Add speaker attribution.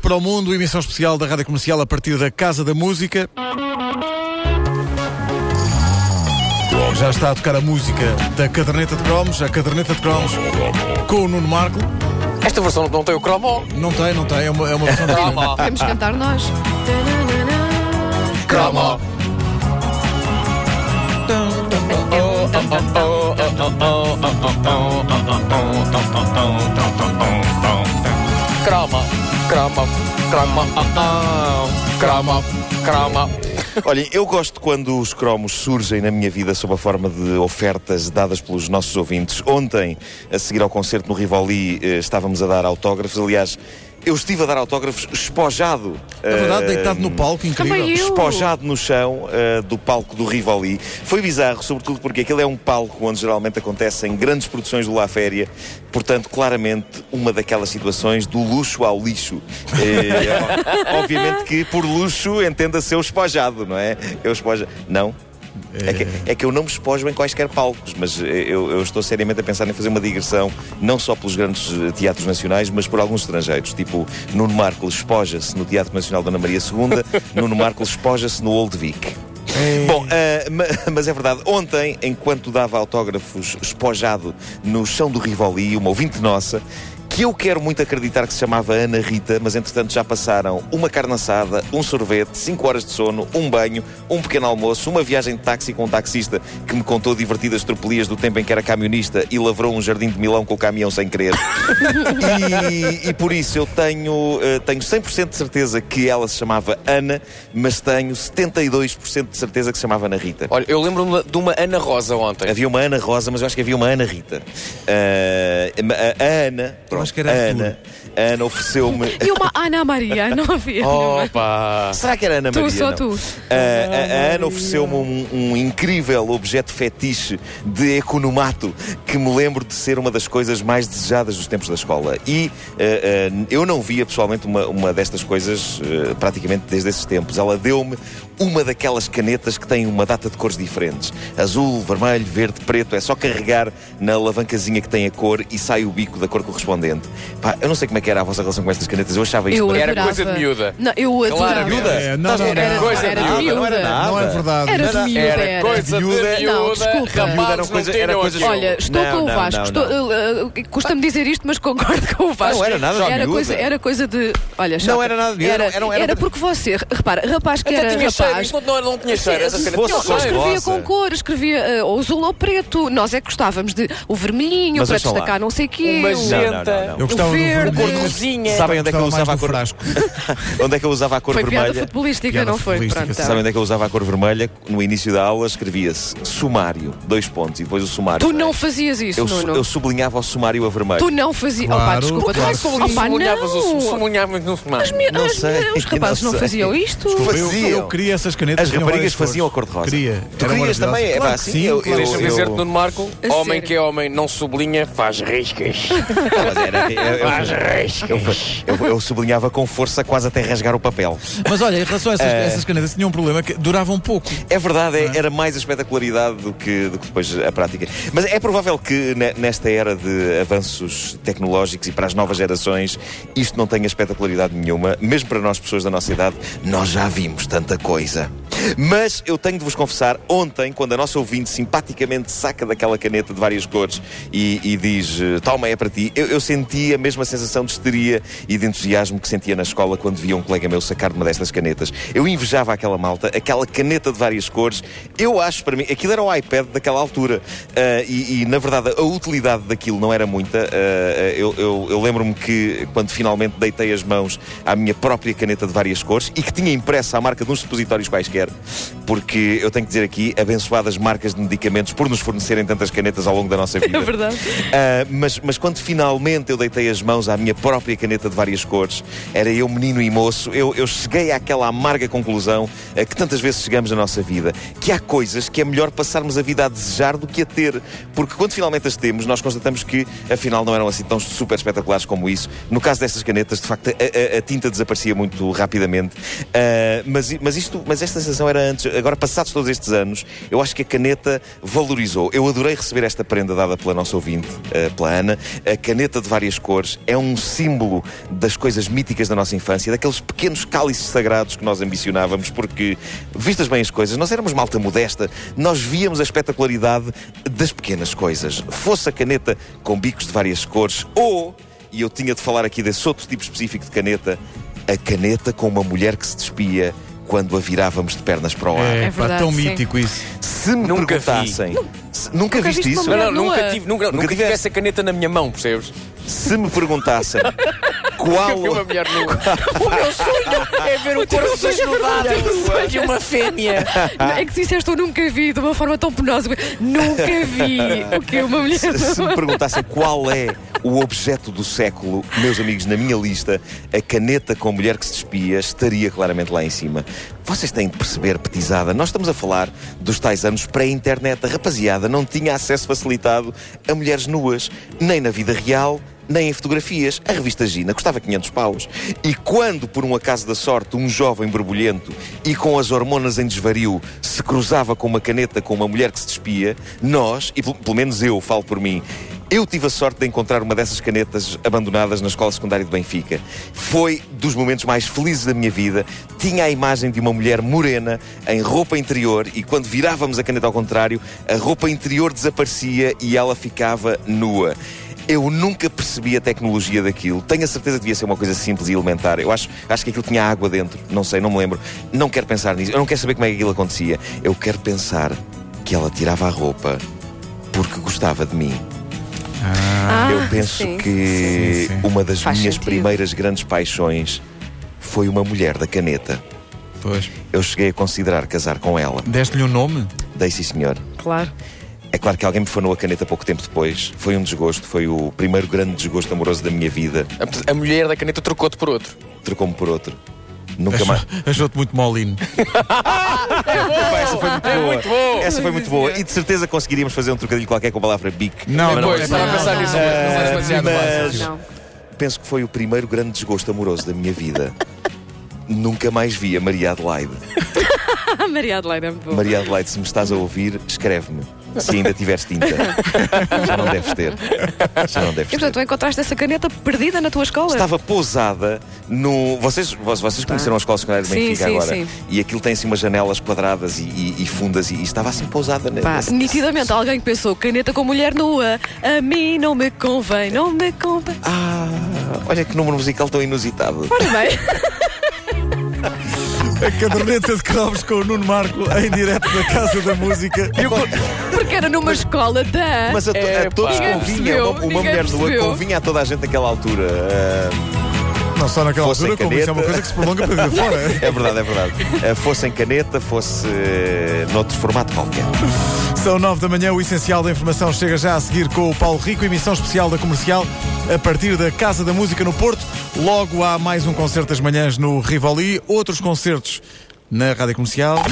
Speaker 1: para o Mundo, emissão especial da Rádio Comercial a partir da Casa da Música. Já está a tocar a música da Caderneta de Cromos, a Caderneta de Cromos com o Nuno Marco.
Speaker 2: Esta versão não tem o cromo.
Speaker 1: Não tem, não tem, é uma, é uma versão diferente.
Speaker 2: Cromo.
Speaker 3: Temos que cantar nós.
Speaker 2: cromo. Cromo. Cromo. Cromo. Cromo. Cromo.
Speaker 4: Olhem, eu gosto quando os cromos surgem na minha vida sob a forma de ofertas dadas pelos nossos ouvintes. Ontem, a seguir ao concerto no Rivoli, eh, estávamos a dar autógrafos. Aliás, eu estive a dar autógrafos espojado.
Speaker 1: Na É verdade,
Speaker 4: eh,
Speaker 1: deitado no palco,
Speaker 3: Também
Speaker 1: incrível.
Speaker 3: eu.
Speaker 4: Espojado no chão eh, do palco do Rivoli. Foi bizarro, sobretudo porque aquele é um palco onde geralmente acontecem grandes produções do La Féria. Portanto, claramente, uma daquelas situações do luxo ao lixo. Eh, o- obviamente que por luxo entenda-se eu espojado, não é? Eu espoja. Não. É que, é que eu não me espojo em quaisquer palcos, mas eh, eu, eu estou seriamente a pensar em fazer uma digressão, não só pelos grandes eh, teatros nacionais, mas por alguns estrangeiros. Tipo, Nuno Marco espoja-se no Teatro Nacional Dona Maria II, Nuno Marco espoja-se no Old Vic. Bom, ah, ma- mas é verdade, ontem, enquanto dava autógrafos espojado no chão do Rivoli, uma ouvinte nossa, que eu quero muito acreditar que se chamava Ana Rita, mas entretanto já passaram uma carne assada, um sorvete, 5 horas de sono, um banho, um pequeno almoço, uma viagem de táxi com um taxista que me contou divertidas tropelias do tempo em que era camionista e lavrou um jardim de Milão com o caminhão sem querer. E, e por isso eu tenho, eh, tenho 100% de certeza que ela se chamava Ana, mas tenho 72% de certeza que se chamava Ana Rita.
Speaker 2: Olha, eu lembro-me de uma Ana Rosa ontem.
Speaker 4: Havia uma Ana Rosa, mas eu acho que havia uma Ana Rita. Eh, a, a Ana, pronto,
Speaker 1: acho que era
Speaker 4: a Ana, a Ana ofereceu-me.
Speaker 3: E uma Ana Maria, não havia.
Speaker 4: Oh,
Speaker 2: Opa!
Speaker 4: Será que era Ana
Speaker 3: Tu,
Speaker 4: Maria?
Speaker 3: só
Speaker 4: Não.
Speaker 3: tu.
Speaker 4: Ah, a, a Ana ofereceu-me um, um incrível objeto fetiche de economato que me lembro de ser uma das coisas mais desejadas dos tempos da escola. E ah, ah, eu não via pessoalmente uma, uma destas coisas ah, praticamente desde esses tempos. Ela deu-me uma daquelas canetas que tem uma data de cores diferentes: azul, vermelho, verde, preto. É só carregar na alavancazinha que tem a cor e sai o bico da cor correspondente. Pá, eu não sei como é que era a vossa relação com estas canetas. Eu achava isto.
Speaker 3: Eu
Speaker 4: era...
Speaker 2: Era
Speaker 3: adorava.
Speaker 2: coisa de miúda.
Speaker 3: Não, eu
Speaker 2: Ela
Speaker 3: adorava.
Speaker 2: era miúda?
Speaker 1: É, não, não,
Speaker 3: Era,
Speaker 1: não.
Speaker 2: coisa
Speaker 3: era
Speaker 2: de miúda,
Speaker 3: miúda.
Speaker 1: Não é verdade.
Speaker 3: Era de miúda. Era,
Speaker 2: Era coisa de
Speaker 1: Miúda-
Speaker 3: Não,
Speaker 2: miúda.
Speaker 3: desculpa. Miúda
Speaker 4: era
Speaker 2: Rapazes não
Speaker 4: coisa- era
Speaker 2: tinham
Speaker 4: coisa
Speaker 2: aquilo.
Speaker 3: Olha, estou
Speaker 4: Não,
Speaker 3: com o
Speaker 4: não,
Speaker 3: Vasco.
Speaker 4: não,
Speaker 3: estou- uh, uh, Custa-me dizer isto, mas concordo com o Vasco.
Speaker 4: Não era nada de
Speaker 3: era
Speaker 4: miúda.
Speaker 3: coisa, era coisa de. Olha, chapa.
Speaker 4: Não era nada de miúda,
Speaker 3: Era,
Speaker 4: era- um- era- era-
Speaker 3: era porque você, repara, rapaz que
Speaker 2: Até
Speaker 3: era
Speaker 2: tinha cheiro.
Speaker 3: rapaz.
Speaker 2: Isto não, não tinha cheiro. Essa
Speaker 3: Se
Speaker 2: caneta
Speaker 4: fosse
Speaker 2: tinha
Speaker 3: eu,
Speaker 4: só
Speaker 3: eu
Speaker 2: cheiro.
Speaker 3: escrevia
Speaker 4: rosa.
Speaker 3: com cor, escrevia uh, ou azul ou preto. Nós é que gostávamos de o vermelhinho
Speaker 4: Mas
Speaker 3: para
Speaker 4: deixa lá.
Speaker 3: destacar não sei o quê.
Speaker 2: Uma
Speaker 3: o-
Speaker 2: gente-
Speaker 4: Não, não, não, não.
Speaker 1: Eu gostava
Speaker 3: O verde.
Speaker 1: do
Speaker 3: Cor
Speaker 1: vermelho.
Speaker 2: Corzinha.
Speaker 4: Sabem onde é que eu
Speaker 1: Gostava mais
Speaker 4: usava a
Speaker 1: do
Speaker 4: cor
Speaker 1: frasco.
Speaker 4: Onde é que eu usava a cor
Speaker 3: Foi piada
Speaker 4: vermelha?
Speaker 3: futebolística,
Speaker 1: Piada
Speaker 3: não foi?
Speaker 1: futebolística,
Speaker 3: Pronto,
Speaker 1: sim.
Speaker 3: tá.
Speaker 4: Sabem onde é que eu usava a cor vermelha? No início da aula escrevia-se sumário, dois pontos, e depois o sumário.
Speaker 3: Tu não fazias isso,
Speaker 4: eu, su-
Speaker 3: Nuno.
Speaker 4: eu sublinhava o sumário a vermelho.
Speaker 3: Tu não fazias.
Speaker 1: Claro,
Speaker 3: Opa, desculpa.
Speaker 1: claro.
Speaker 3: tu- Opa,
Speaker 2: Sublinhavas o
Speaker 3: não.
Speaker 2: sublinhavas no sumário.
Speaker 3: As mi-
Speaker 4: Não
Speaker 3: as-
Speaker 4: sei, é
Speaker 3: Os rapazes
Speaker 4: não
Speaker 3: não,
Speaker 4: sei.
Speaker 3: faziam isto?
Speaker 4: Desculpa.
Speaker 1: Eu,
Speaker 4: Faziam.
Speaker 1: eu queria essas canetas.
Speaker 4: As
Speaker 1: tinham
Speaker 4: raparigas
Speaker 1: várias cores.
Speaker 4: faziam a cor-de-rosa.
Speaker 1: Queria.
Speaker 4: Tu
Speaker 1: Eram
Speaker 4: querias também?
Speaker 1: maravilhosas.
Speaker 4: É pá,
Speaker 1: Claro que
Speaker 4: sim,
Speaker 1: sim,
Speaker 4: eu-
Speaker 1: claro.
Speaker 2: Deixa-me
Speaker 4: eu-
Speaker 2: dizer-te, Nuno Marco,
Speaker 3: A
Speaker 2: homem
Speaker 3: sério?
Speaker 2: que é homem não sublinha, faz riscas.
Speaker 4: Mas era- eu- eu- eu- eu- eu sublinhava com força, quase até rasgar o papel.
Speaker 1: Mas olha, em relação a essas, essas canetas, tinham um problema que duravam pouco.
Speaker 4: É verdade, é- era mais a espetacularidade do que, do que depois a prática. Mas é provável que ne- nesta era de avanços tecnológicos e para as novas gerações isto não tenha espetacularidade nenhuma. Mesmo para nós, pessoas da nossa idade, nós já vimos tanta coisa. Mas eu tenho de vos confessar, ontem, quando a nossa ouvinte simpaticamente saca daquela caneta de várias cores e, e diz eh, toma, é para ti, eu, eu senti a mesma sensação de histeria e de entusiasmo que sentia na escola quando via um colega meu sacar uma destas canetas. Eu invejava aquela malta, aquela caneta de várias cores. Eu acho, para mim, aquilo era o iPad daquela altura. Ah, e, e, na verdade, a utilidade daquilo não era muita. Ah, ah, eu eu- eu lembro-me que, quando finalmente deitei as mãos à minha própria caneta de várias cores e que tinha impressa a marca de uns supositórios quaisquer, porque eu tenho que dizer aqui, abençoadas marcas de medicamentos por nos fornecerem tantas canetas ao longo da nossa vida.
Speaker 3: É verdade.
Speaker 4: Ah, mas, mas quando finalmente eu deitei as mãos à minha própria caneta de várias cores, era eu menino e moço, eu, eu cheguei àquela amarga conclusão a que tantas vezes chegamos na nossa vida, que há coisas que é melhor passarmos a vida a desejar do que a ter, porque quando finalmente as temos, nós constatamos que afinal não eram assim tão super espetaculares como isso. No caso destas canetas, de facto, a, a- a tinta desaparecia muito rapidamente, Ah, mas, mas, isto, mas esta sensação era antes, ah, agora passados todos estes anos, eu acho que a caneta valorizou. Eu adorei receber esta prenda dada pela nossa ouvinte, eh, pela Ana. A caneta de várias cores é um símbolo das coisas míticas da nossa infância, daqueles pequenos cálices sagrados que nós ambicionávamos, porque, vistas bem as coisas, nós éramos malta modesta, nós víamos a espetacularidade das pequenas coisas. Fosse a caneta com bicos de várias cores ou, e eu tinha de falar aqui desse outro tipo específico de caneta, a caneta com uma mulher que se despia quando a virávamos de pernas para o ar.
Speaker 1: É, pá,
Speaker 3: É verdade,
Speaker 1: tão
Speaker 3: sim.
Speaker 1: mítico isso.
Speaker 4: Se me
Speaker 2: Nunca vi.
Speaker 4: perguntassem. se- nunca,
Speaker 3: nunca
Speaker 4: viste
Speaker 3: viste
Speaker 4: isso?
Speaker 3: uma
Speaker 2: Não, não, é.
Speaker 3: Nua.
Speaker 2: nunca tive, nunca, nunca tive
Speaker 4: tiveste.
Speaker 2: essa caneta na minha mão, percebes?
Speaker 4: Se me perguntassem
Speaker 2: Nunca vi uma
Speaker 4: qual.
Speaker 2: mulher nua. o meu sonho é ver o corpo
Speaker 3: sonho é ver uma
Speaker 2: desnudado
Speaker 3: mulher nua.
Speaker 2: de uma fêmea.
Speaker 3: É que disseste eu nunca vi de uma forma tão penosa. Nunca vi o que uma mulher.
Speaker 4: Se me perguntassem qual é o objeto do século, meus amigos, na minha lista, a caneta com a mulher que se despia estaria claramente lá em cima. Vocês têm de perceber, petizada, nós estamos a falar dos tais anos pré-internet. A rapaziada não tinha acesso facilitado a mulheres nuas, nem na vida real, nem em fotografias. A revista Gina custava 500 paus. E quando, por um acaso da sorte, um jovem borbulhento e com as hormonas em desvario se cruzava com uma caneta com uma mulher que se despia, nós, e pelo- pelo menos eu falo por mim, eu tive a sorte de encontrar uma dessas canetas abandonadas na escola secundária de Benfica. Foi dos momentos mais felizes da minha vida. Tinha a imagem de uma mulher morena, em roupa interior, e quando virávamos a caneta ao contrário, a roupa interior desaparecia e ela ficava nua. Eu nunca percebi a tecnologia daquilo. Tenho a certeza que devia ser uma coisa simples e elementar. Eu acho, acho que aquilo tinha água dentro. Não sei, não me lembro. Não quero pensar nisso. Eu não quero saber como é que aquilo acontecia. Eu quero pensar que ela tirava a roupa porque gostava de mim.
Speaker 3: Ah,
Speaker 4: Eu penso
Speaker 3: sim.
Speaker 4: que
Speaker 1: Sim, sim.
Speaker 4: uma das
Speaker 3: Faz
Speaker 4: minhas
Speaker 3: sentido.
Speaker 4: primeiras grandes paixões foi uma mulher da caneta.
Speaker 1: Pois.
Speaker 4: Eu cheguei a considerar casar com ela.
Speaker 1: Deste-lhe um nome?
Speaker 4: Dei sim, senhor.
Speaker 3: Claro.
Speaker 4: É claro que alguém me fanou a caneta pouco tempo depois. Foi um desgosto. Foi o primeiro grande desgosto amoroso da minha vida.
Speaker 2: A, a mulher da caneta trocou-te por outro.
Speaker 4: trocou-me por outro. Nunca mais.
Speaker 1: Achou-te muito molino.
Speaker 4: essa foi
Speaker 3: É
Speaker 4: muito boa.
Speaker 2: É muito bom.
Speaker 4: Essa foi muito boa. E de certeza conseguiríamos fazer um trocadilho qualquer com a palavra bique.
Speaker 1: Não, não,
Speaker 2: Pois,
Speaker 1: é
Speaker 2: estava a
Speaker 1: pá,
Speaker 2: pensar
Speaker 3: não,
Speaker 2: nisso.
Speaker 3: não,
Speaker 2: mas Não vais
Speaker 1: não,
Speaker 2: basear no
Speaker 1: mas-
Speaker 2: básico.
Speaker 3: Não.
Speaker 4: Penso que foi o primeiro grande desgosto amoroso da minha vida. Nunca mais vi a Maria Adelaide.
Speaker 3: Ah, Maria Adelaide é muito boa.
Speaker 4: Maria Adelaide, se me estás a ouvir, escreve-me. Se ainda tiveres tinta. Já não deves ter. Já não deves
Speaker 3: E portanto,
Speaker 4: ter.
Speaker 3: tu encontraste essa caneta perdida na tua escola?
Speaker 4: Estava pousada no. Vocês, vo- vocês conheceram a escola secundária de
Speaker 3: Sim,
Speaker 4: Benfica
Speaker 3: Ah. sim,
Speaker 4: agora.
Speaker 3: sim.
Speaker 4: E aquilo tem assim umas janelas quadradas e, e- e fundas. E, e estava assim pousada. na-
Speaker 3: Pá,
Speaker 4: nesse-
Speaker 3: nitidamente alguém que pensou, caneta com mulher nua, a mim não me convém, não me convém.
Speaker 4: Ah, olha que número musical tão inusitado.
Speaker 3: Ora bem,
Speaker 1: A caderneta de cromos com o Nuno Marco em direto da Casa da Música.
Speaker 3: porque era numa escola da.
Speaker 4: Mas a, to- a
Speaker 2: Epá.
Speaker 4: todos
Speaker 2: Ninguém
Speaker 4: convinha,
Speaker 3: percebeu, É,
Speaker 4: uma, uma
Speaker 3: ninguém
Speaker 4: mulher nua
Speaker 3: percebeu.
Speaker 4: convinha a toda a gente naquela altura. Ah,
Speaker 1: Não só naquela
Speaker 4: Fosse
Speaker 1: altura, como
Speaker 4: caneta.
Speaker 1: isso é uma coisa que se prolonga para vida fora.
Speaker 4: é verdade, é verdade. Ah, fosse em caneta, fosse ah, noutro formato qualquer.
Speaker 1: São nove da manhã, o essencial da informação chega já a seguir com o Paulo Rico, emissão especial da comercial, a partir da Casa da Música no Porto. Logo há mais um concerto das manhãs no Rivoli, outros concertos na Rádio Comercial.